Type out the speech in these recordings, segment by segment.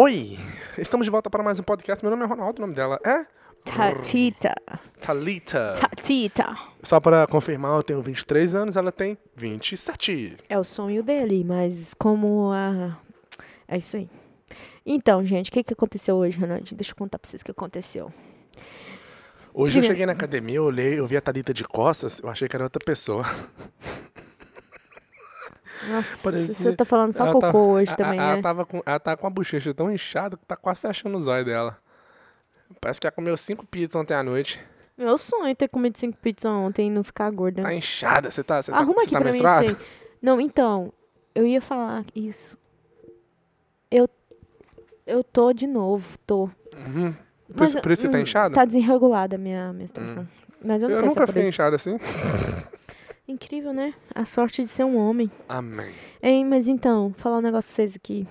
Oi, estamos de volta para mais um podcast. Meu nome é Ronaldo, o nome dela é Tatita. Thalita. Tatita. Só para confirmar, eu tenho 23 anos, ela tem 27. É o sonho dele, mas como a. É isso aí. Então, gente, o que, que aconteceu hoje, Renan? Deixa eu contar pra vocês o que aconteceu. Hoje eu Primeiro. cheguei na academia, eu olhei, eu vi a Thalita de costas, eu achei que era outra pessoa. Nossa, Parecia- você tá falando só Ela cocô tá- hoje a- também, a- Ela, né? tava com, ela tava com a bochecha tão inchada que tá quase fechando os olhos dela. Parece que ela comeu cinco pizzas ontem à noite. Meu sonho é ter comido cinco pizzas ontem e não ficar gorda. Tá inchada, você tá, você tá, Arruma você aqui tá pra mim menstruada? isso aí. Não, então, eu ia falar isso. Eu. Eu tô de novo, tô. Uhum. Por, Mas, isso, por isso você tá hum, inchada? Hum. Tá desregulada a minha menstruação. Mas eu eu não sei se é nunca por fiquei isso. inchada assim. Incrível, né? A sorte de ser um homem. Amém. Hein, mas então, falar um negócio pra vocês aqui.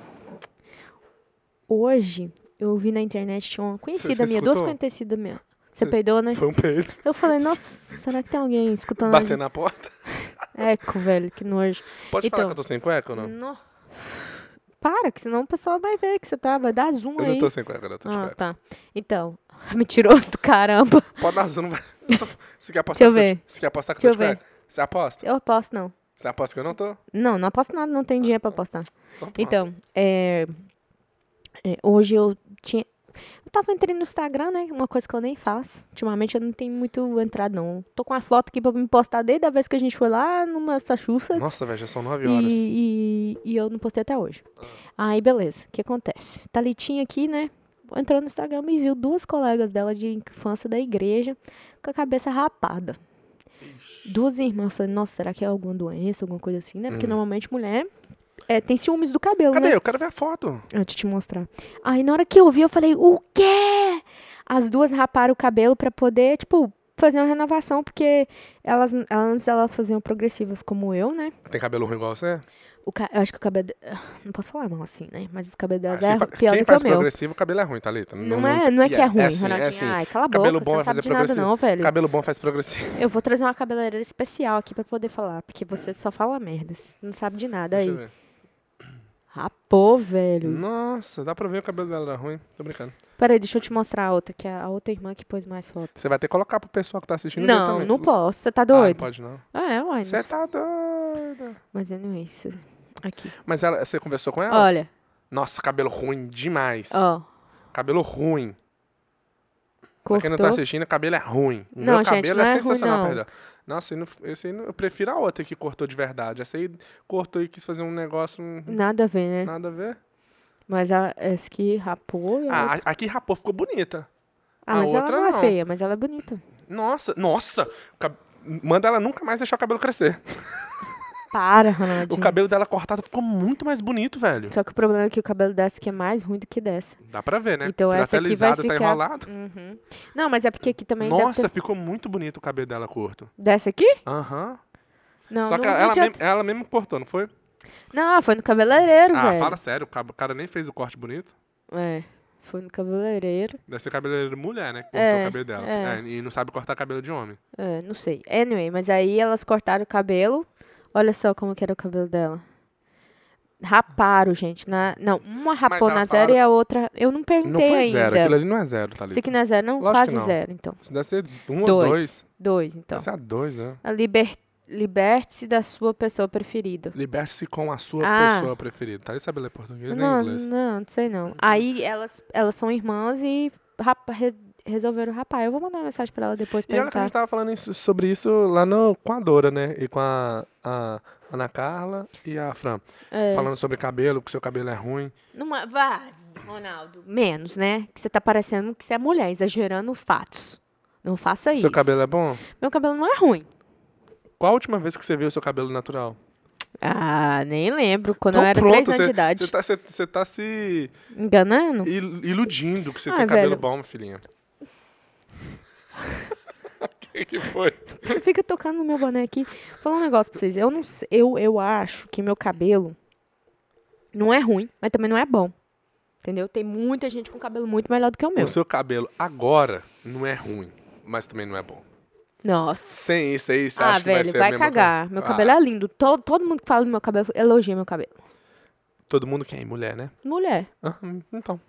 Hoje, eu vi na internet, tinha uma Você- conhecida você minha, duas escutou? conhecidas minha. Você peidou, né? Foi um peido. Eu falei, nossa, será que tem alguém escutando? a Batendo na porta. gente? Eco, velho, que nojo. Pode falar Então. que eu tô sem cueca ou não? No- Para, que senão o pessoal vai ver que você tá, vai dar zoom Eu aí. não tô sem cueca, não, eu tô de ah, cueca. tá. Então, mentiroso do caramba. Pode dar zoom. vai. Eu tô- Você quer Deixa apostar eu que eu ver. tô de- Você quer apostar que eu tô de Deixa eu ver. cueca? Você aposta? Eu aposto, não. Você aposta que eu não tô? Não, não aposto nada, não tem dinheiro pra apostar. Então, pronto. Então, é, é, hoje eu tinha. Eu tava entrando no Instagram, né? Uma coisa que eu nem faço. Ultimamente eu não tenho muito entrado, não. Tô com uma foto aqui pra me postar desde a vez que a gente foi lá no Massachusetts. Nossa, velho, já são nove horas. e, e, e eu não postei até hoje. Aí, beleza. O que acontece? Talitinha aqui, né? Entrou no Instagram e viu duas colegas dela de infância da igreja com a cabeça rapada. Duas irmãs. Eu Falei, nossa, será que é alguma doença, alguma coisa assim, né? Porque normalmente mulher é, tem ciúmes do cabelo, né? Cadê? Eu quero ver a foto. Deixa eu te mostrar. Aí na hora que eu vi, eu falei, o quê? As duas raparam o cabelo pra poder, tipo, fazer uma renovação, porque elas, antes elas faziam progressivas como eu, né? Tem cabelo ruim igual você? O ca- Eu acho que o cabelo. de- ah, Não posso falar mal assim, né? Mas os cabelos Ah, delas se é fa- pior quem do que faz o meu. progressivo, o cabelo é ruim, Thalita. Não, é, não é que é ruim, assim, Renatinha. assim. Ai, cala a boca, Cabelo você bom não é sabe fazer de nada progressivo. não, velho. Cabelo bom faz progressivo. Eu vou trazer uma cabeleireira especial aqui pra poder falar, porque você só fala merda, você não sabe de nada Deixa eu aí. ver. Hum? Rapô, velho. Nossa, dá pra ver o cabelo dela era ruim. Tô brincando. Peraí, deixa eu te mostrar a outra, que é a outra irmã que pôs mais foto. Você vai ter que colocar pro pessoal que tá assistindo. ver Não, também. não posso, você tá Ah, não doido? pode não. Ah, é, uai. Você tá doida. Mas anyway, isso aqui. Mas ela, você conversou com ela? Olha, Nossa, cabelo ruim demais. ó. Cabelo ruim. Pra quem Cortou. não tá assistindo, cabelo é ruim. O Não, meu gente, cabelo não é, é ruim, sensacional, não. perdão. Nossa, esse, não, esse aí não- eu prefiro a outra que cortou de verdade. Essa aí cortou e quis fazer um negócio hum, Nada a ver, né? nada a ver. Mas a, essa que rapou. e a Ah, outra- a, a que rapou ficou bonita. ah, a mas outra ela não, não. é feia, mas ela é bonita. Nossa, nossa! Cab- Manda ela nunca mais deixar o cabelo crescer. Para, O Ronaldinho. cabelo dela cortado ficou muito mais bonito, velho. Só que o problema é que o cabelo dessa aqui é mais ruim do que dessa. Dá pra ver, né? Então Tá essa aqui vai alisado, ficar. tá enrolado. Uhum. Não, mas é porque aqui também deve Nossa, ficou muito bonito o cabelo dela curto. ter- Dessa aqui? Aham. Não, Só não, que não ela, adianta- mesmo, ela mesmo cortou, não foi? Não, foi no cabeleireiro, Ah, velho. fala assim. sério, o cab- o cara nem fez o corte bonito. É, foi no cabeleireiro. Deve ser cabeleireiro mulher, né? Que cortou É, o cabelo dela. é. É, e não sabe cortar cabelo de homem. É, não sei. Anyway, mas aí elas cortaram o cabelo. Olha só como que era o cabelo dela. Raparam, gente. Na... Não, uma rapou elas na zero falaram- e a outra. Eu não perguntei Não foi ainda. zero, aquilo ali não é zero, Thalita. Isso aqui não é zero, não? Lógico que Quase não. zero, então. Isso deve ser um ou Dois. dois. Dois, então. Deve ser a dois, né? A liber- Liberte-se da sua pessoa preferida. Liberte-se com a sua Ah. pessoa preferida. Thalita sabe ler português nem não, inglês. não, não sei não. Aí elas, elas são irmãs e rapa- re- resolveram rapar. Eu vou mandar uma mensagem pra ela depois E olha é que a perguntar. gente tava falando isso- sobre isso lá no, com a Dora, né? E com a, a Ana Carla e a Fran. É. Falando sobre cabelo, que seu cabelo é ruim. Numa... Vá, Ronaldo. Menos, né? Que você tá parecendo que você é mulher, exagerando os fatos. Não faça Tá isso. seu cabelo é bom? Meu cabelo não é ruim. Qual a última vez que você viu seu cabelo natural? Ah, nem lembro. Quando eu era pronto, 3 anos você- de idade. Você tá, você- você tá se Enganando? il- iludindo que você Ai, tem cabelo velho. bom, filhinha. que que foi? Você fica tocando no meu boné aqui. Vou falar um negócio pra vocês. Eu não sei, eu, eu acho que meu cabelo não é ruim, mas também não é bom. Entendeu? Tem muita gente com cabelo muito melhor do que o meu. O seu cabelo agora não é ruim, mas também não é bom. Nossa. Sem isso aí, você Ah, acha que vai velho, ser a vai mesma coisa? cagar. Meu é Ah, cabelo é lindo. Todo, todo mundo que fala do meu cabelo elogia meu cabelo. Todo mundo quem? Mulher, né? Mulher. Ah, então.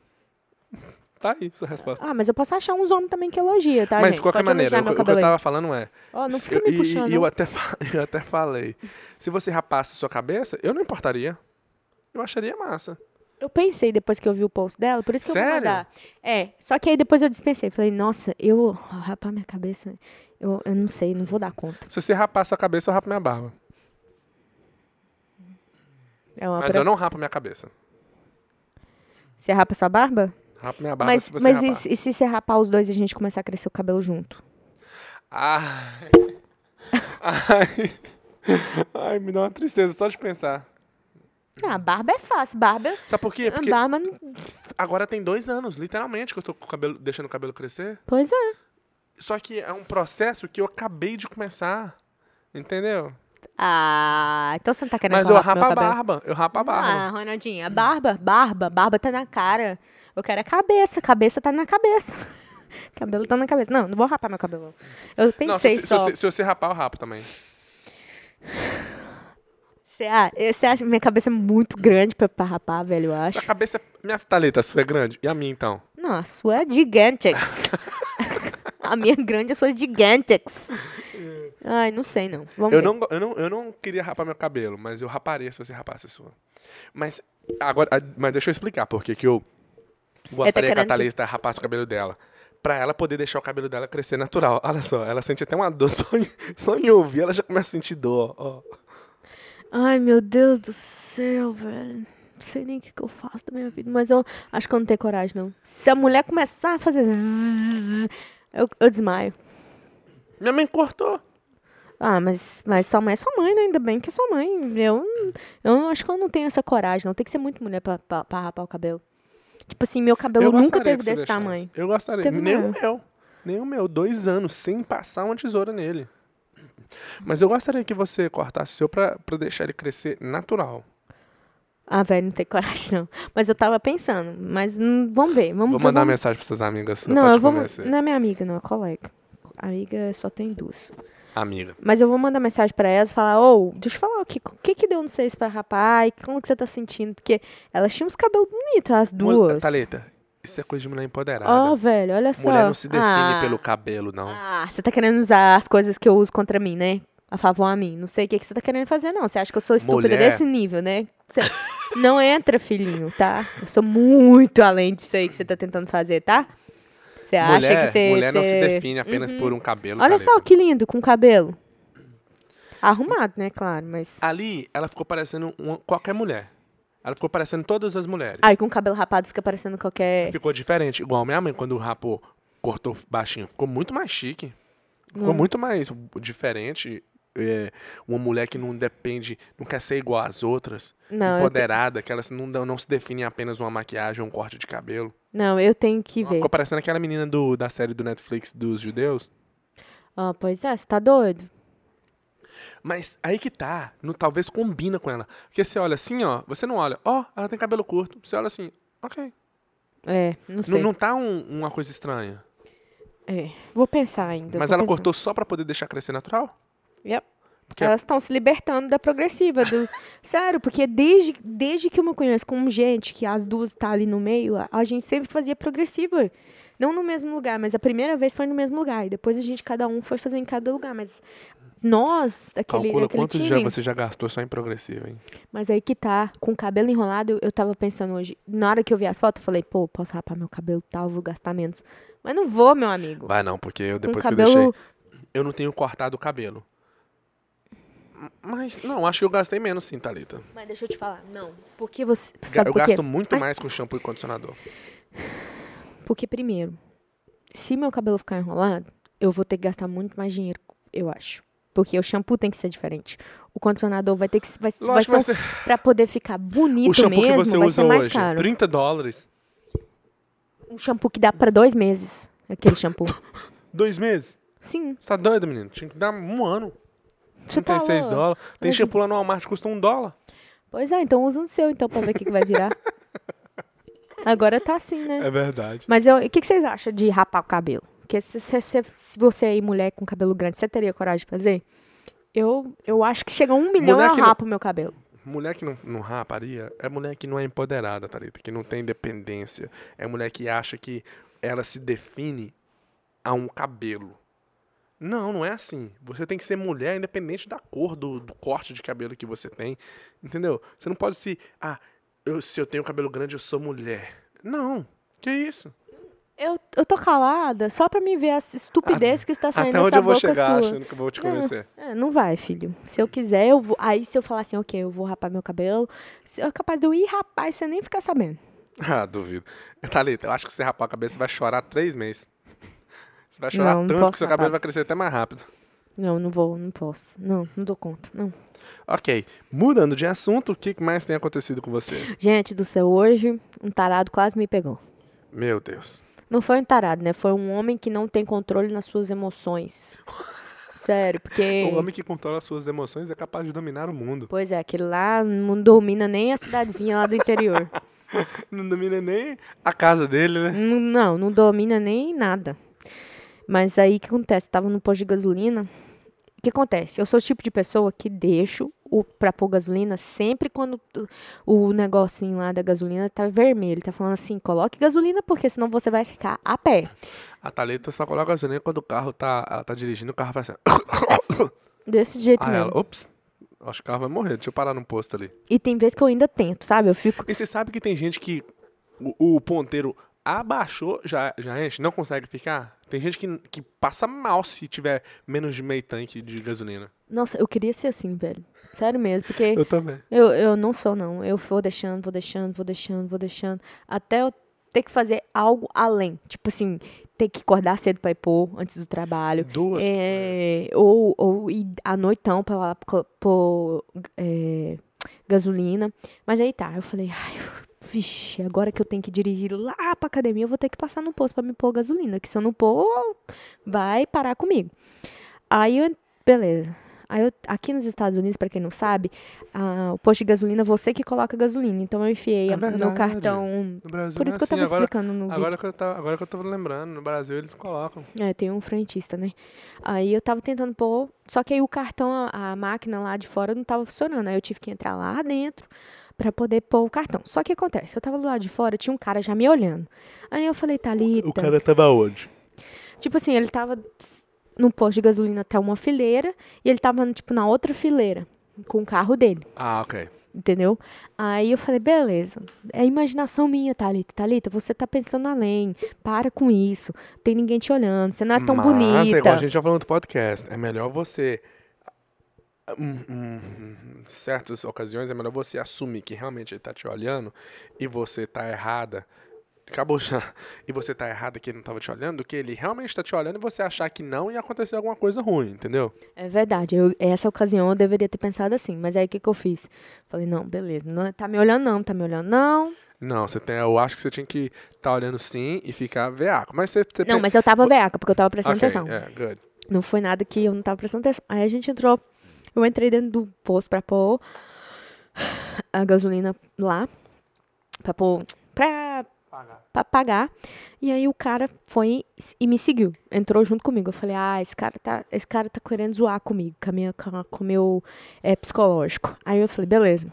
Tá aí sua resposta. Ah, mas eu posso achar uns homens também que elogia, tá? Mas gente? de qualquer Pode maneira, elogiar o, meu que- o que cabelo eu aí. tava falando é. Ó, não se- fica me e- puxando, E eu não. até, fa- eu até falei. Se você rapasse sua cabeça, eu não importaria. Eu acharia massa. Eu pensei depois que eu vi o post dela, por isso que eu vou Sério? mandar. É, só que aí depois eu dispensei. Falei, nossa, eu rapar minha cabeça, eu, eu não sei, não vou dar conta. Se você rapar sua cabeça, eu rapo minha barba. É uma Mas pre- eu não rapo minha cabeça. Você rapa sua barba? Rapo minha barba mas se você mas rapar. e, se- e se você rapar os dois e a gente começar a crescer o cabelo junto? Ai. Ai. Ai, me dá uma tristeza só de pensar. Ah, barba é fácil, barba, Sabe por quê? É Porque barba não... agora tem dois anos, literalmente, que eu tô com o cabelo, deixando o cabelo crescer. Pois é, Só que é um processo que eu acabei de começar. Entendeu? Ah, então você não tá querendo Mas que eu rape rapo meu a cabelo? barba. Eu rapo a barba. Ah, Ronaldinho, a barba, barba, barba tá na cara. Eu quero a cabeça, cabeça tá na cabeça. Cabelo tá na cabeça. Não, não vou rapar meu cabelo. Eu Não, se, Ah, pensei você- se só. você- se você rapar, eu rapo também. Você a- você acha que minha cabeça é muito grande pra, pra rapar, velho, eu acho. Sua cabeça. Minha taleta, a sua é grande. E a minha, então? Não, a sua é gigantex. a minha é grande, a sua é gigantex. Ai, não sei não. Vamos Eu ver. não, go- eu, não, eu não queria rapar meu cabelo, mas eu raparia se você rapasse a sua. Mas agora, a- mas deixa eu explicar por que que eu gostaria que a tá querendo que- Thalita rapasse o cabelo dela. Pra ela poder deixar o cabelo dela crescer natural. Olha só, ela sente até uma dor só em, só em ouvir, ela já começa a sentir dor. ó. Ai, meu Deus do céu, velho. Não sei nem o que, que eu faço da minha vida, mas eu acho que eu não tenho coragem, não. Se a mulher começar a fazer zzzz, eu, eu desmaio. Minha mãe cortou. Ah, mas, mas sua mãe é sua mãe, né? Ainda bem que é sua mãe. Eu, não- eu não- acho que eu não tenho essa coragem, não. Tem que ser muito mulher pra, pra, pra rapar o cabelo. Tipo assim, meu cabelo eu nunca gostaria teve que você desse deixasse. tamanho. Eu gostaria. Teve nem não. o meu. Nem o meu. Dois anos sem passar uma tesoura nele. Mas eu gostaria que você cortasse o seu pra, pra deixar ele crescer natural. Ah, velho, não tenho coragem, não. Mas eu tava pensando. Mas hum, vamos ver. Vamos, Vou mandar vamos... mensagem pra suas amigas. suas, pra Não, assim. eu te vou. convencer. Não é minha amiga, não, é colega. Amiga só tem duas. Amiga. Mas eu vou mandar mensagem pra elas e falar, ô, deixa eu falar o que, o que que deu no seis pra rapaz, como que você tá sentindo? Porque elas tinham uns cabelos bonitos, as duas. Taleta, isso é coisa de mulher empoderada. Ó, velho, olha só. mulher não se define Ah, pelo cabelo, não. Ah, você tá querendo usar as coisas que eu uso contra mim, né? A favor a mim. Não sei o que, que você tá querendo fazer, não. Você acha que eu sou estúpida Mulher. desse nível, né? Você- não entra, filhinho, tá? Eu sou muito além disso aí que você tá tentando fazer, tá? Você acha mulher que você. mulher não se você- define apenas por um cabelo. Olha Thalita. só que lindo, com cabelo. Arrumado, né? Claro, mas. Ali, ela ficou parecendo uma- qualquer mulher. Ela ficou parecendo todas as mulheres. Ai, com cabelo rapado fica parecendo qualquer. Ficou diferente. Igual minha mãe, quando rapou, cortou baixinho. Ficou muito mais chique. Ficou Hum. muito mais diferente. É, uma mulher que não depende, não quer ser igual às outras. Não, eu, te- empoderada, que elas não, dão- não se definem apenas uma maquiagem ou um corte de cabelo. não, eu tenho que Ela ver. Ficou parecendo aquela menina do, da série do Netflix dos judeus. Ah, pois é, você tá doido? Mas aí que tá. No, talvez combina com ela. Porque você olha assim, ó. Você não olha, ó, ela tem cabelo curto. Você olha assim, ok. É, não Não, sei. não tá um- uma coisa estranha. É, vou pensar ainda. Mas vou ela pensar. cortou só pra poder deixar crescer natural? Yep. Porque- Elas estão se libertando da progressiva. do- Sério, porque desde, desde que eu me conheço como gente, que as duas tá ali no meio, a, a gente sempre fazia progressiva. Não no mesmo lugar, mas a primeira vez foi no mesmo lugar. E depois a gente, cada um, foi fazer em cada lugar. Mas nós, daquele, Calcula daquele quantos time... já você já gastou só em progressiva, hein? Mas aí que tá, com o cabelo enrolado, eu, eu tava pensando hoje. Na hora que eu vi as fotos, eu falei, pô, posso rapar meu cabelo e tal, vou gastar menos. Mas não vou, meu amigo. Vai não, porque eu, depois com que eu Um cabelo. deixei, eu não tenho cortado o cabelo. M- Mas, não, acho que eu gastei menos sim, Thalita. Mas deixa eu te falar, não. Porque você. Ga- Sabe eu por quê? gasto muito mais com shampoo e condicionador. Porque, primeiro, se meu cabelo ficar enrolado, eu vou ter que gastar muito mais dinheiro, eu acho. Porque o shampoo tem que ser diferente. O condicionador vai ter que. Vai, vai Lógico, ser um- mas você- Pra poder ficar bonito o shampoo mesmo, que você vai usa ser mais hoje, caro. 30 dólares, Um shampoo que dá pra dois meses, aquele shampoo. dois meses. Sim. Você tá doido, menino? Tinha que dar um ano. Você tá 36 louco. dólares. Tem Hoje- shampoo lá no Walmart que custa um dólar. Pois é, então usa o seu então pra ver o que, que vai virar. Agora tá assim, né? É verdade. Mas eu- o que, que vocês acham de rapar o cabelo? Porque se, se, se, se você aí, mulher com cabelo grande, você teria coragem de fazer? Eu, eu acho que chega a um milhão Mulher eu que não- rapo o meu cabelo. mulher que não, não raparia é mulher que não é empoderada, Thalita, que não tem independência. É mulher que acha que ela se define a um cabelo. Não, não é assim. Você tem que ser mulher independente da cor do, do corte de cabelo que você tem. Entendeu? Você não pode se. Ah, eu- se eu tenho cabelo grande, eu sou mulher. Não. Que isso? Eu, eu tô calada só pra me ver a estupidez que está Tá Ah, saindo Até dessa onde eu vou boca chegar sua. achando que eu vou te Não. convencer? É, não vai, filho. Se eu quiser, eu vou. Aí se eu falar assim, ok, eu vou rapar meu cabelo, se- eu é capaz de eu ir rapar e você nem ficar sabendo. Ah, duvido. Thalita, eu acho que se você rapar a cabeça, você vai chorar três meses. Você vai chorar Não, não tanto que posso seu rapar. cabelo vai crescer até mais rápido. Não, não vou, não posso. Não, não dou conta. Não. Ok, mudando de assunto, o que mais tem acontecido com você? Gente do céu, hoje um tarado quase me pegou. Meu Deus. Não foi um tarado, né? Foi um homem que não tem controle nas suas emoções. Sério, porque. O homem que controla suas emoções é capaz de dominar o mundo. Pois é, aquele lá não domina nem a cidadezinha lá do interior. Não domina nem a casa dele, né? N- Não, não domina nem nada. Mas aí o que acontece? Tava no posto de gasolina. O que acontece? Eu sou o tipo de pessoa que deixo o pra pôr gasolina sempre quando tu- o negocinho lá da gasolina tá vermelho. Tá falando assim, coloque gasolina porque senão você vai ficar a pé. A Thalita só coloca gasolina quando o carro tá. Ela tá dirigindo, o carro vai assim. Desse jeito Ah, mesmo. ela. Ops, acho que o carro vai morrer, deixa eu parar num posto ali. E tem vezes que eu ainda tento, sabe? Eu fico. E você sabe que tem gente que o, o ponteiro abaixou, já, já enche, não consegue ficar? Tem gente que, que passa mal se tiver menos de meio tanque de gasolina. Nossa, eu queria ser assim, velho. Sério mesmo, porque. Eu também. Eu, eu não sou, não. Eu vou deixando, vou deixando, vou deixando, vou deixando. Até eu ter que fazer algo além. Tipo assim, ter que acordar cedo pra ir pôr antes do trabalho. Duas. É, ou, ou ir à noitão pra lá co- pôr é, gasolina. Mas aí tá, eu falei, ai, vixe, agora que eu tenho que dirigir lá pra academia, eu vou ter que passar no posto pra me pôr gasolina. Que se eu não pôr, vai parar comigo. Aí eu, beleza. Aí eu, aqui nos Estados Unidos, pra quem não sabe, ah, o posto de gasolina, você que coloca gasolina. Então eu enfiei É a- no verdade. cartão. No Brasil Por não é isso que eu assim. tava agora, explicando no vídeo. agora, que eu tava, agora que eu tô lembrando, no Brasil eles colocam. É, tem um frentista, né? Aí eu tava tentando pôr, só que aí o cartão, a, a máquina lá de fora não tava funcionando. Aí eu tive que entrar lá dentro pra poder pôr o cartão. Só que acontece, eu tava do lado de fora, tinha um cara já me olhando. Aí eu falei, Thalita. tava onde? Tipo assim, ele tava no posto de gasolina até uma fileira e ele tava, tipo, na outra fileira com o carro dele. Ah, ok. Entendeu? Aí eu falei, beleza. É imaginação minha, Thalita. Thalita, você tá pensando além. Para com isso. Tem ninguém te olhando. Você não é tão Mas, É igual a bonita. gente já falou no podcast. É melhor você. Hum, hum, hum, Em certas ocasiões, é melhor você assumir que realmente ele tá te olhando e você tá errada. Acabou já. E você tá errada que ele não tava te olhando, do que ele realmente tá te olhando e você achar que não e acontecer alguma coisa ruim, entendeu? É verdade. Eu, essa ocasião eu deveria ter pensado assim. Mas aí o que, que eu fiz? Falei, não, beleza. Não, tá me olhando, não. Tá me olhando, não. Não, você tem, eu acho que você tinha que tá olhando sim e ficar veaco. Mas você. você Não, mas eu tava veaca, porque eu tava prestando Ok, atenção. é, good. Não foi nada que eu não tava prestando atenção. Aí a gente entrou. Eu entrei dentro do posto pra pôr a gasolina lá. Pra pôr. Pra pra pagar. E aí o cara foi e me seguiu. Entrou junto comigo. Eu falei, ah, esse cara tá, esse cara tá querendo zoar comigo, com, a minha, com a- com o meu é, psicológico. Aí eu falei, beleza.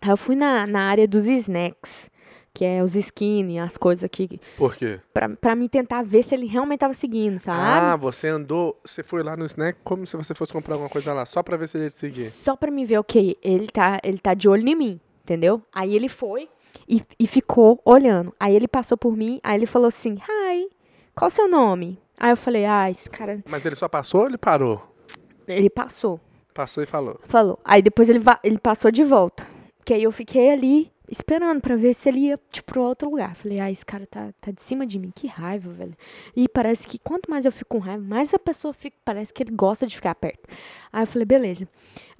Aí eu fui na, na área dos snacks, que é os skinny, as coisas aqui, Por quê? pra, pra me tentar ver se ele realmente tava seguindo, Ah, sabe? você andou, você foi lá no snack como se você fosse comprar alguma coisa lá, só pra ver se ele ia te seguir. Só pra me ver, ok, ele tá, ele tá de olho em mim, entendeu? Aí ele foi e, e ficou olhando. Aí ele passou por mim, aí ele falou assim, hi, qual o seu nome? Aí eu falei, ah, esse cara Mas ele só passou ou ele parou? Ele passou, Passou e falou. falou. Aí depois ele, va- ele passou de volta. Que aí eu fiquei ali esperando pra ver se ele ia tipo, pra outro lugar. Falei, ah, esse cara tá, tá de cima de mim, que raiva, velho. E parece que quanto mais eu fico com raiva, mais a pessoa fica, parece que ele gosta de ficar perto. Aí eu falei, beleza.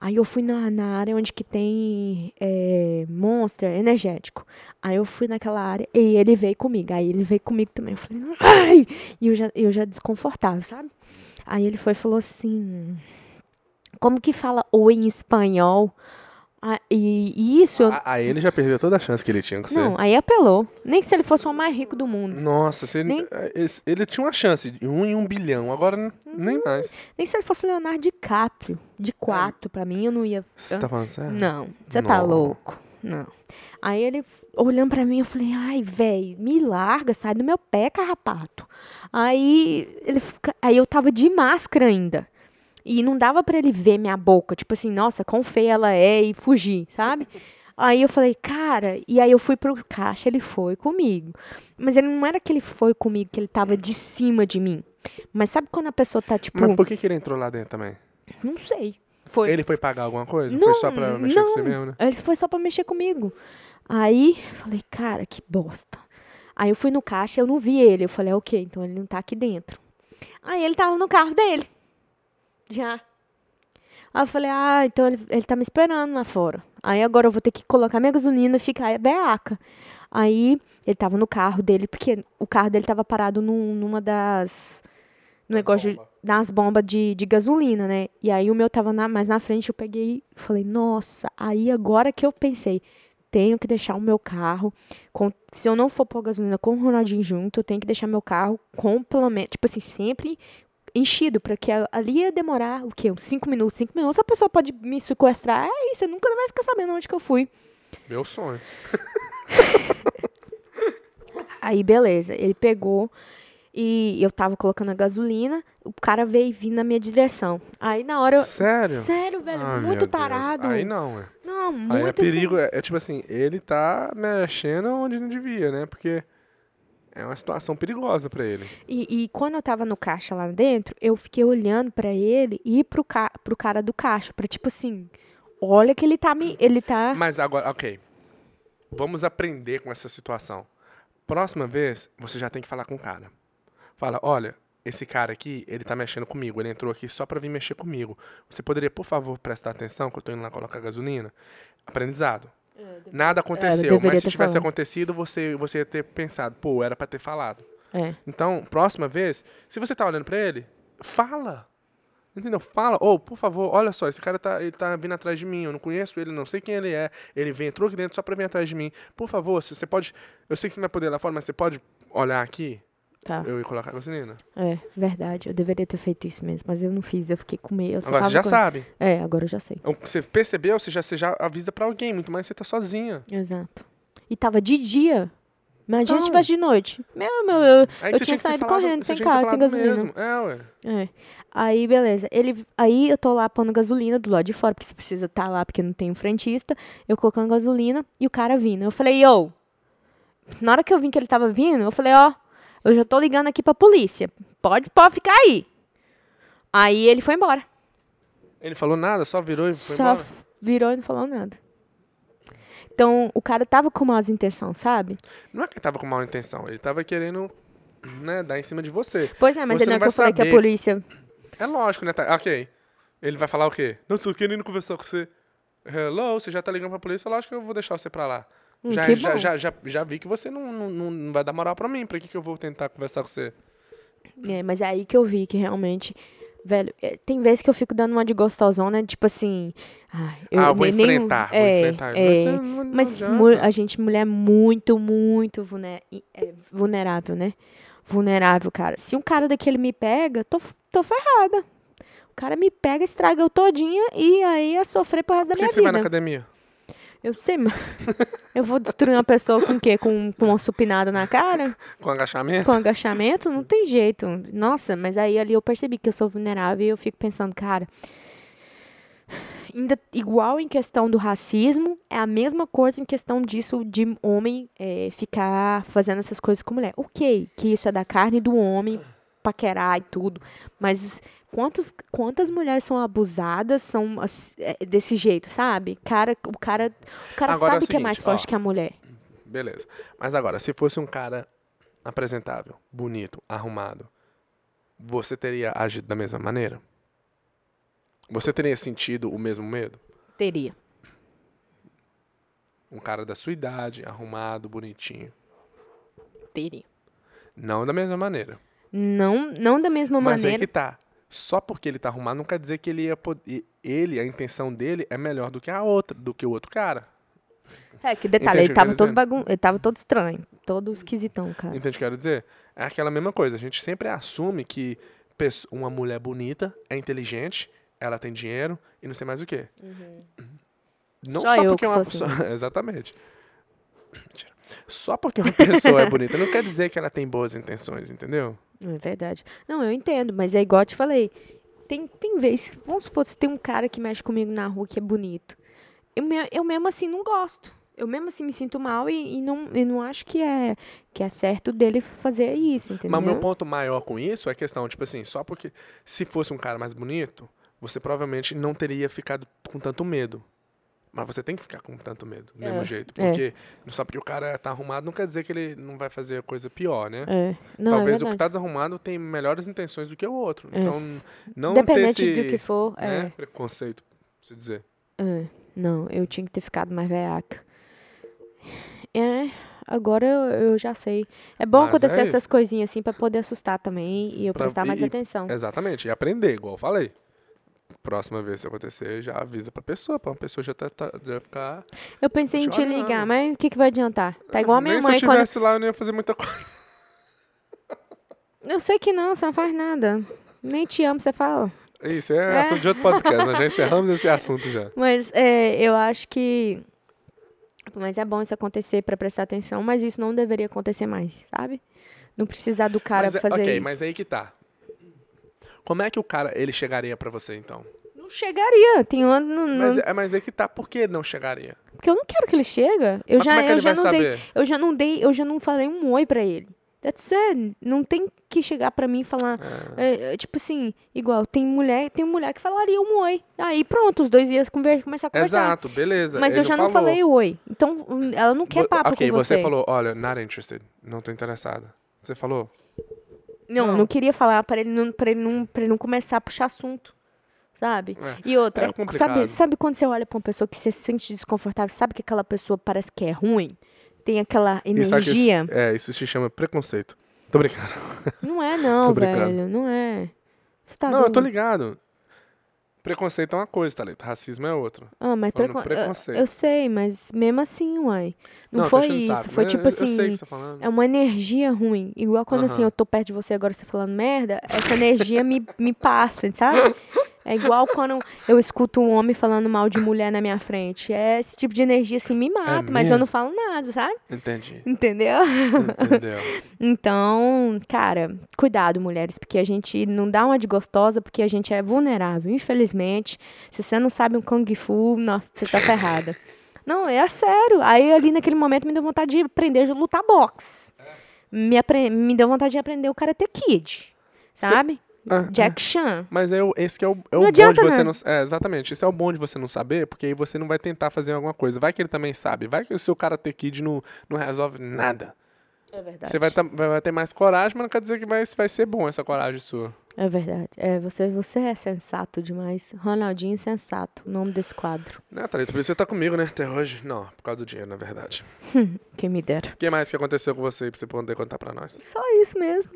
Aí eu fui na, na área onde que tem é, Monster energético. Aí eu fui naquela área e ele veio comigo. Aí ele veio comigo também. Eu falei, ai! E eu já, eu já desconfortável, sabe? Aí ele foi e falou assim como que fala oi em espanhol? Ah, e, e isso. eu- A- Ah, Aí ele já perdeu toda a chance que ele tinha com você. não, aí apelou. Nem se ele fosse o mais rico do mundo. Nossa, se ele, Nem- ele, ele tinha uma chance de um em um bilhão, agora n- nem mais. Nem se ele fosse o Leonardo DiCaprio. De quatro, pra mim, eu não ia. Você tá falando sério? Não, você tá Não. louco. Não. Aí ele, olhando pra mim, eu falei, ai, véi, me larga, sai do meu pé, carrapato. Aí ele fica- aí eu tava de máscara ainda. E não dava pra ele ver minha boca, tipo assim, nossa, quão feia ela é e fugir, sabe? Aí eu falei, cara, e aí eu fui pro caixa, ele foi comigo. Mas ele não era que ele foi comigo, que ele tava de cima de mim. Mas sabe quando a pessoa tá, tipo, Mas por que, que ele entrou lá dentro também? não sei. Foi. Ele foi pagar alguma coisa? Não, foi só pra mexer com você não. mesmo, né? Ele foi só pra mexer comigo. Aí, falei, cara, que bosta. Aí eu fui no caixa, eu não vi ele. Eu falei, ok, então ele não tá aqui dentro. Aí ele tava no carro dele. Já. Aí eu falei, ah, então ele, ele tá me esperando lá fora. Aí agora eu vou ter que colocar minha gasolina e ficar beaca. Aí ele tava no carro dele, porque o carro dele tava parado num- numa das. No negócio de- das bombas de, de gasolina, né? E aí o meu tava na- mais na frente, eu peguei e falei, nossa, aí agora que eu pensei, tenho que deixar o meu carro. com- se eu não for pôr gasolina com o Ronaldinho junto, eu tenho que deixar meu carro complemento. Tipo assim, sempre enchido, porque a- ali ia demorar o quê? Uns 5 minutos, 5 minutos, a pessoa pode me sequestrar, aí você nunca vai ficar sabendo onde que eu fui. Meu sonho. Aí, beleza. Ele pegou e eu tava colocando a gasolina. O cara veio e vindo na minha direção. Aí, na hora. eu- Sério? velho. Ai, meu muito Deus. tarado. Aí não, é. Não, muito Aí é sem- perigo, é, é tipo assim, ele tá mexendo onde não devia, né? Porque é uma situação perigosa pra ele. E, e quando eu tava no caixa lá dentro, eu fiquei olhando pra ele e pro, ca... pro cara do caixa. Pra tipo assim. Olha que ele tá me. Ele tá. Mas agora, ok. Vamos aprender com essa situação. Próxima vez, você já tem que falar com o cara. Fala, olha, esse cara aqui, ele tá mexendo comigo. Ele entrou aqui só pra vir mexer comigo. Você poderia, por favor, prestar atenção que eu tô indo lá colocar gasolina? Aprendizado. É, Nada aconteceu, deveria mas se ter tivesse falado. acontecido, você, você ia ter pensado, pô, era pra ter falado. É. Então, próxima vez, se você tá olhando pra ele, fala. Entendeu? Fala, ou, por favor, olha só, esse cara tá, ele tá vindo atrás de mim, eu não conheço ele, não sei quem ele é. Ele vem, entrou aqui dentro só pra vir atrás de mim. Por favor, se você pode. Eu sei que você não vai poder ir lá fora, mas você pode olhar aqui? Tá. Eu ia colocar a gasolina. É, verdade. Eu deveria ter feito isso mesmo, mas eu não fiz. Eu fiquei com medo. eu só Agora tava você já com- sabe. É, agora eu já sei. O que Você percebeu, você já, você já avisa pra alguém, muito mais você tá sozinha. Exato. E tava de dia. Imagina se Então. tivesse de noite. Meu, meu, eu, Aí eu você tinha que ter saído falado- correndo, você sem tinha que ter carro, sem falado gasolina. Mesmo. É, ué. É. Aí, beleza. Ele, aí eu tô lá pondo gasolina do lado de fora, porque você precisa estar lá, porque não tem um frentista. Eu colocando gasolina e o cara vindo. Eu falei, yo! Na hora que eu vi que ele tava vindo, eu falei, ó, eu já tô ligando aqui pra polícia. Pode, pode ficar aí. Aí ele foi embora. Ele falou nada, só virou e foi Só embora. virou e não falou nada. Então, o cara tava com más intenção, sabe? Não é que ele tava com mal intenção, ele tava querendo, né, dar em cima de você. Pois é, mas Você ele não é não que eu vai falei que a saber. polícia. É lógico, né? Tá, ok. Ele vai falar o quê? Não, tô querendo conversar com você. Hello, você já tá ligando pra polícia, lógico que eu vou deixar você pra lá. Hum, já, que já, bom. já, já, já vi que você não, não- não, não vai dar moral pra mim, pra que, que eu vou tentar conversar com você? É, mas é aí que eu vi que realmente. Velho, é, tem vezes que eu fico dando uma de gostosona, tipo assim. Ai, eu ah, eu vou nem- nem- enfrentar, vou é, enfrentar. é. você não- não Mas adianta. mu- a gente, mulher, é muito, muito vulne- e- é, vulnerável, né? Vulnerável, cara. Se um cara daquele me pega, tô, f- tô ferrada. O cara me pega, estraga eu todinha e aí é sofrer pro resto da Por que, minha que você vai na vida. academia? Eu sei, mas eu vou destruir uma pessoa com o quê? Com, com uma supinada na cara? Com agachamento? Com agachamento? Não tem jeito. Nossa, mas aí ali eu percebi que eu sou vulnerável e eu fico pensando, cara. Ainda igual em questão do racismo, é a mesma coisa em questão disso de homem eh, ficar fazendo essas coisas com mulher. Ok, que isso é da carne do homem, paquerar e tudo, mas quantos, quantas mulheres são abusadas, são ass- eh, desse jeito, sabe? Cara, o cara, o Agora cara é o sabe que é seguinte, mais ó. forte que a mulher. Beleza. Mas agora, se fosse um cara apresentável, bonito, arrumado, você teria agido da mesma maneira? Você teria sentido o mesmo medo? Teria. Um cara da sua idade, arrumado, bonitinho. Teria. Não da mesma maneira. Não, não da mesma Mas maneira. aí que tá. Só porque ele tá arrumado não quer dizer que ele ia poder, ele, a intenção dele é melhor do que a outra, do que o outro cara. É, que Entende detalhe, ele o que tá eu tava quero todo dizer? bagun... ele tava todo estranho, todo esquisitão, cara. Entende o que eu quero dizer? É aquela mesma coisa. A gente sempre assume que pesso- uma mulher bonita é inteligente, ela tem dinheiro e não sei mais o quê. Não Uhum. Só só eu porque que uma sou assim. pessoa. Exatamente. Mentira. Só porque uma pessoa é bonita não quer dizer que ela tem boas intenções, entendeu? É verdade. Não, eu entendo, mas é igual eu te falei. Tem, tem vez, vamos supor, se tem um cara que mexe comigo na rua que é bonito. Eu, me- eu mesmo assim não gosto. Eu mesmo assim me sinto mal e, e não, e não acho que é, que é certo dele fazer isso, entendeu? Mas o meu ponto maior com isso é a questão, tipo assim, só porque se fosse um cara mais bonito, você provavelmente não teria ficado com tanto medo. Mas você tem que ficar com tanto medo, do mesmo É, jeito. é. Porque só porque o cara tá arrumado não quer dizer que ele não vai fazer a coisa pior, né? É. Não, é Talvez o verdade. que tá desarrumado tem melhores intenções do que o outro. É, Então, s- não ter Independente esse do que for, né, é. preconceito, se dizer. É, não, eu tinha que ter ficado mais veiaca. É, agora eu, eu já sei. É bom Mas é acontecer essas isso. coisinhas assim pra poder assustar também e eu Pra- prestar mais e- é e- atenção. Exatamente, e aprender, igual eu falei. Próxima vez se acontecer, já avisa pra pessoa, pra uma pessoa já, tá, tá- já ficar... Eu pensei em te Chora não. ligar, mas o que, que vai adiantar? Tá igual a minha Nem mãe se eu quando. tivesse lá, eu não ia fazer muita coisa. Eu sei que não, você não faz nada. Nem te amo, você fala. Isso é, assunto de outro podcast, nós já encerramos esse assunto já. Mas é, eu acho que. Mas é bom isso acontecer pra prestar atenção, mas isso não deveria acontecer mais, sabe? Não precisar do cara mas, é- fazer ok, isso. mas aí que tá. Como é que o cara, ele chegaria pra você, então? Não chegaria. Tem um ano. não- Mas, é, mas aí que tá, por que não chegaria? Porque eu não quero que ele chega. Eu Mas já, como é que eu ele já vai não dei, saber? eu já não dei, eu já não falei um oi pra ele. That's it. Não tem que chegar pra mim e falar Ah. é, é, tipo assim, igual tem mulher, tem mulher que falaria um oi. Aí pronto, os dois iam conver- começar a conversar. Exato, beleza. Mas ele eu já não falou. falei oi. Então hum, ela não quer Vo- papo ok, com você. falou, olha, not interested, não tô interessada. Você falou, não, não. não, queria falar pra ele não, para ele não, para ele não começar a puxar assunto. Sabe? É, E outra, é complicado. sabe, sabe quando você olha pra uma pessoa que você se sente desconfortável, sabe que aquela pessoa parece que é ruim? Tem aquela isso aqui, energia? é, isso se chama preconceito. Tô brincando. Não é não, Tô brincando. velho. Não é. Você tá não, eu tô doido. ligado. Preconceito é uma coisa, Thalita, racismo é outra. Ah, mas falando precon- eu- preconceito. Eu, sei, mas mesmo assim, uai. Não, tô foi achando isso. saco, Foi mas tipo eu- assim. Eu sei o que você tá falando. É uma energia ruim. Igual quando assim, Aham. eu tô perto de você agora você falando merda, essa energia me, me passa, sabe? É igual quando eu escuto um homem falando mal de mulher na minha frente. É esse tipo de energia assim me mata, mas eu É mesmo? não falo nada, sabe? Entendi. Entendeu? Entendeu? Então, cara, cuidado, mulheres, porque a gente não dá uma de gostosa, porque a gente é vulnerável. Infelizmente, se você não sabe um Kung Fu, não, você tá ferrada. Não, é sério. Aí ali naquele momento me deu vontade de aprender a lutar boxe. Me, apre- me deu vontade de aprender o Karate Kid, Cê- sabe? Ah, Jack Chan. Mas é o, esse que é o, é Não o bom de adianta, né? você não... É, exatamente. Esse é o bom de você não saber, porque aí você não vai tentar fazer alguma coisa. Vai que ele também sabe. Vai que o seu Karate Kid não, não resolve nada. É verdade. Você vai, tá- vai vai ter mais coragem, mas não quer dizer que vai, vai ser bom essa coragem sua. É verdade. É, você, você é sensato demais. Ronaldinho Sensato, o nome desse quadro. Né, Thalita? Por isso você tá comigo, né? Até hoje. Não, por causa do dinheiro, na verdade. Quem me dera. O que mais que aconteceu com você aí pra você poder contar pra nós? Só isso mesmo.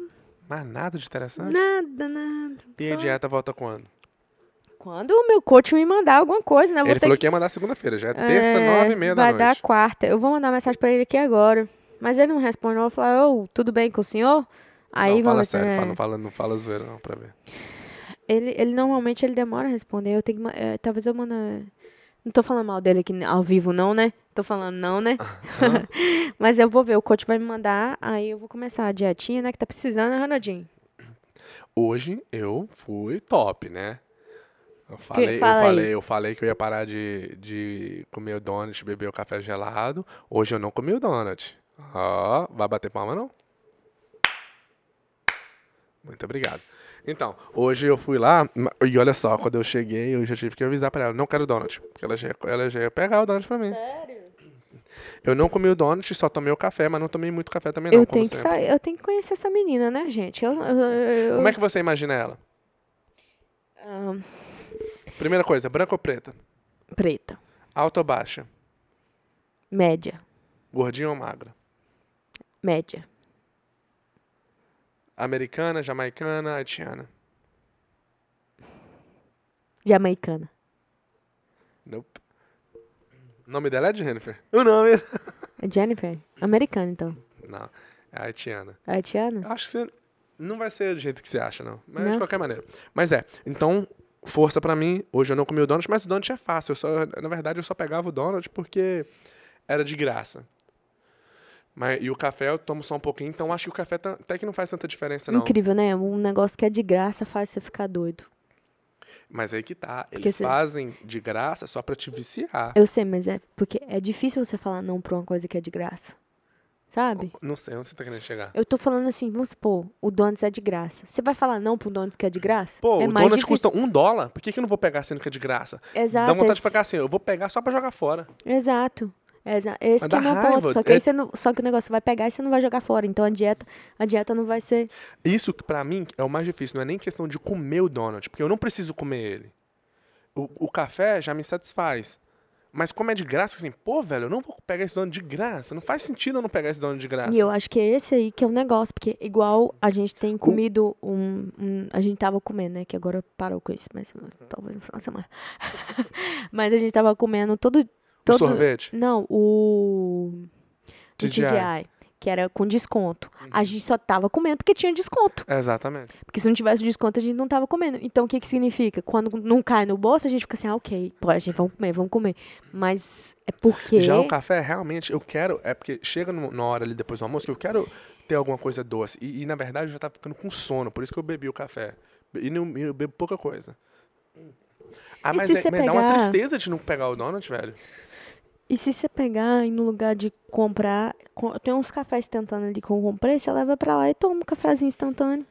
Mas nada de interessante. Nada, nada. E a Só- dieta volta quando? Quando o meu coach me mandar alguma coisa, né? Eu vou Ele ter falou que... que ia mandar segunda-feira, já é terça, É, nove e meia da Vai noite. dar quarta. Eu vou mandar mensagem pra ele aqui agora. Mas ele não responde. Eu vou falar, ô, tudo bem com o senhor? Aí não, fala vamos sério, fala- não, fala, não fala zoeira não, pra ver. ele, ele normalmente ele demora a responder. Eu tenho que. ma- é, talvez eu manda. Não tô falando mal dele aqui ao vivo, não, né? Tô falando não, né? Mas eu vou ver, o coach vai me mandar, aí eu vou começar a dietinha, né? Que tá precisando, né, Ronaldinho? Hoje eu fui top, né? Eu falei, fala eu aí. falei, eu falei que eu ia parar de, de comer o donut, beber o café gelado. Hoje eu não comi o donut. Ó, vai bater palma não? Muito obrigado. Então, hoje eu fui lá ma- e olha só, quando eu cheguei, eu já tive que avisar pra ela, não quero donut, porque ela já, ia- ela já ia pegar o donut pra mim. Sério? Eu não comi o donut, só tomei o café, mas não tomei muito café também não, Eu como tenho, que sempre. sa- eu tenho que conhecer essa menina, né, gente? Eu, eu, eu- Como é que você imagina ela? Ah, Primeira coisa, branca ou preta? preta. Alta ou baixa? Média. Gordinha ou magra? Média. Americana, jamaicana, haitiana? Jamaicana. Nope. O nome dela é Jennifer. O nome. É Jennifer? Americana, então. Não, é haitiana. É haitiana? Eu acho que você. Não vai ser do jeito que você acha, não. Mas de Não? qualquer maneira. Mas é, então, força pra mim. Hoje eu não comi o donut, mas o donut é fácil. Eu só, na verdade, eu só pegava o donut porque era de graça. Mas, e o café eu tomo só um pouquinho, então acho que o café tá- até que não faz tanta diferença, não. Incrível, né? Um negócio que é de graça faz você ficar doido. Mas aí que tá. Porque Eles você- fazem de graça só pra te viciar. Eu sei, mas é porque é difícil você falar não pra uma coisa que é de graça. Sabe? Não sei onde você tá querendo chegar. Eu tô falando assim, vamos supor, o Donuts é de graça. Você vai falar não pro Donuts que é de graça? Pô, é o donut custa um dólar? Por que, que eu não vou pegar sendo que é de graça? Exato. Dá vontade esse- de pagar assim, eu vou pegar só pra jogar fora. Exato. Exa esse Mas que é dá o meu ponto. raiva, Só que, aí é- você não, só que o negócio vai pegar e você não vai jogar fora. Então a dieta, a dieta não vai ser. Isso, que pra mim, é o mais difícil. Não é nem questão de comer o donut, porque eu não preciso comer ele. O, o café já me satisfaz. Mas como é de graça, assim, pô, velho, eu não vou pegar esse donut de graça. Não faz sentido eu não pegar esse donut de graça. E eu acho que é esse aí que é o negócio. Porque igual a gente tem comido um, um- A gente tava comendo, né? Que agora parou com isso, mas Uhum. talvez no final de semana. mas a gente tava comendo todo. O todo sorvete? Não, o. O TGI. TGI. Que era com desconto. Uhum. A gente só tava comendo porque tinha desconto. Exatamente. Porque se não tivesse o desconto, a gente não tava comendo. Então, o que que significa? Quando não cai no bolso, a gente fica assim, ah, ok, pode, gente, vamos comer, vamos comer. Mas é porque... Já o café, realmente, eu quero. É porque chega no- na hora ali depois do almoço que eu quero ter alguma coisa doce. E, e, na verdade eu já tava ficando com sono, por isso que eu bebi o café. E não- e eu bebo pouca coisa. Ah, E mas, se é- você mas dá uma pegar- tristeza de não pegar o donut, velho. E se você pegar e no lugar de comprar... co- Tem uns cafés instantâneos ali que eu comprei, você leva pra lá e toma um cafezinho instantâneo.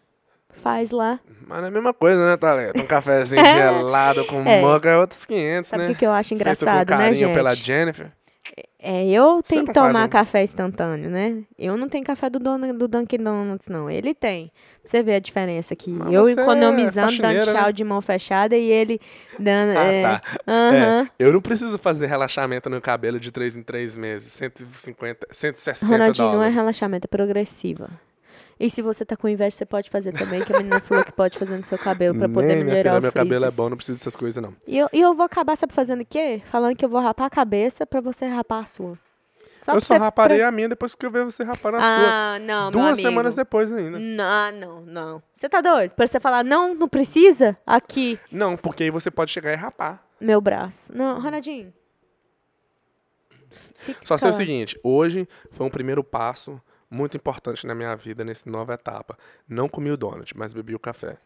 Faz lá. Mas não é a mesma coisa, né, Thalita? Um cafezinho É. gelado com É. moca é outros 500, Sabe o né? que que eu acho Feito com engraçado, carinho né, gente? pela Jennifer. É, eu Você tenho não que faz, tomar né? café instantâneo, né? Eu não tenho café do, dono, do Dunkin' Donuts, não. Ele tem. Pra você ver a diferença aqui. Mas eu você é economizando, dando faxineira, tchau né? de mão fechada e ele dando. Ah, é, tá. Aham. Eu não preciso fazer relaxamento no cabelo de 3 em 3 meses. 150, 160 Ronaldinho, não é dólares. relaxamento, é progressiva. E se você tá com inveja, você pode fazer também, que a menina falou que pode fazer no seu cabelo pra poder Nem, minha melhorar filha, o meu cabelo é frizz. bom, não preciso dessas coisas, não. E eu, e eu vou acabar, sabe, fazendo o quê? Falando que eu vou rapar a cabeça pra você rapar a sua. Só eu pra só você- raparei a minha depois que eu ver você rapar na sua. Ah, não, meu Duas amigo. Hum. semanas é depois ainda. Não, não, não. Você tá doido? Pra você falar, não, não precisa? Aqui, Não, porque aí você pode chegar e rapar. meu braço. Não, Ronaldinho. Fica Só sei o calado. seguinte, hoje foi um primeiro passo muito importante na minha vida, nessa nova etapa. Não comi o donut, mas bebi o café.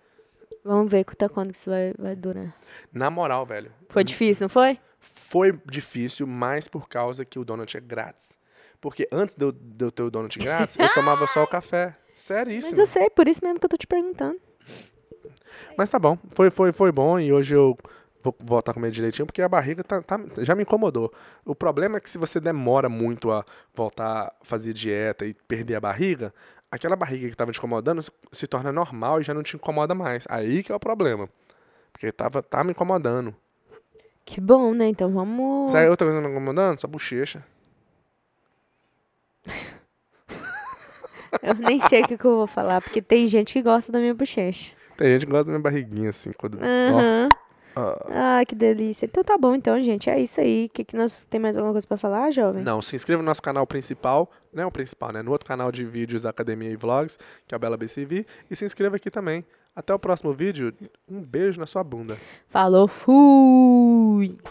Vamos ver até quando que isso vai, vai durar. Na moral, velho, Foi difícil, não foi? foi difícil, mas por causa que o donut é grátis. Porque antes de eu, de eu ter o donut grátis, eu tomava só o café. Seríssimo. Mas eu sei, por isso mesmo que eu tô te perguntando. Mas tá bom, foi, foi, foi bom e hoje eu vou voltar a comer direitinho porque a barriga tá, tá- já me incomodou. O problema é que se você demora muito a voltar a fazer dieta e perder a barriga, aquela barriga que tava te incomodando se- se torna normal e já não te incomoda mais. Aí que é o problema. Porque tava, tá me incomodando. Que bom, né? Então vamos. Sabe outra coisa que tá me incomodando? Sua bochecha. Eu nem sei o que, que eu vou falar, porque tem gente que gosta da minha bochecha. Tem gente que gosta da minha barriguinha assim, quando. ó, Aham. ó. Ah, que delícia. Então tá bom, então, gente. É isso aí. Que que nós... Tem mais alguma coisa pra falar, jovem? Não, se inscreva no nosso canal principal, não é o principal, né? No outro canal de vídeos da Academia e Vlogs, que é o Bela BCV, e se inscreva aqui também. Até o próximo vídeo, um beijo na sua bunda. Falou, fui!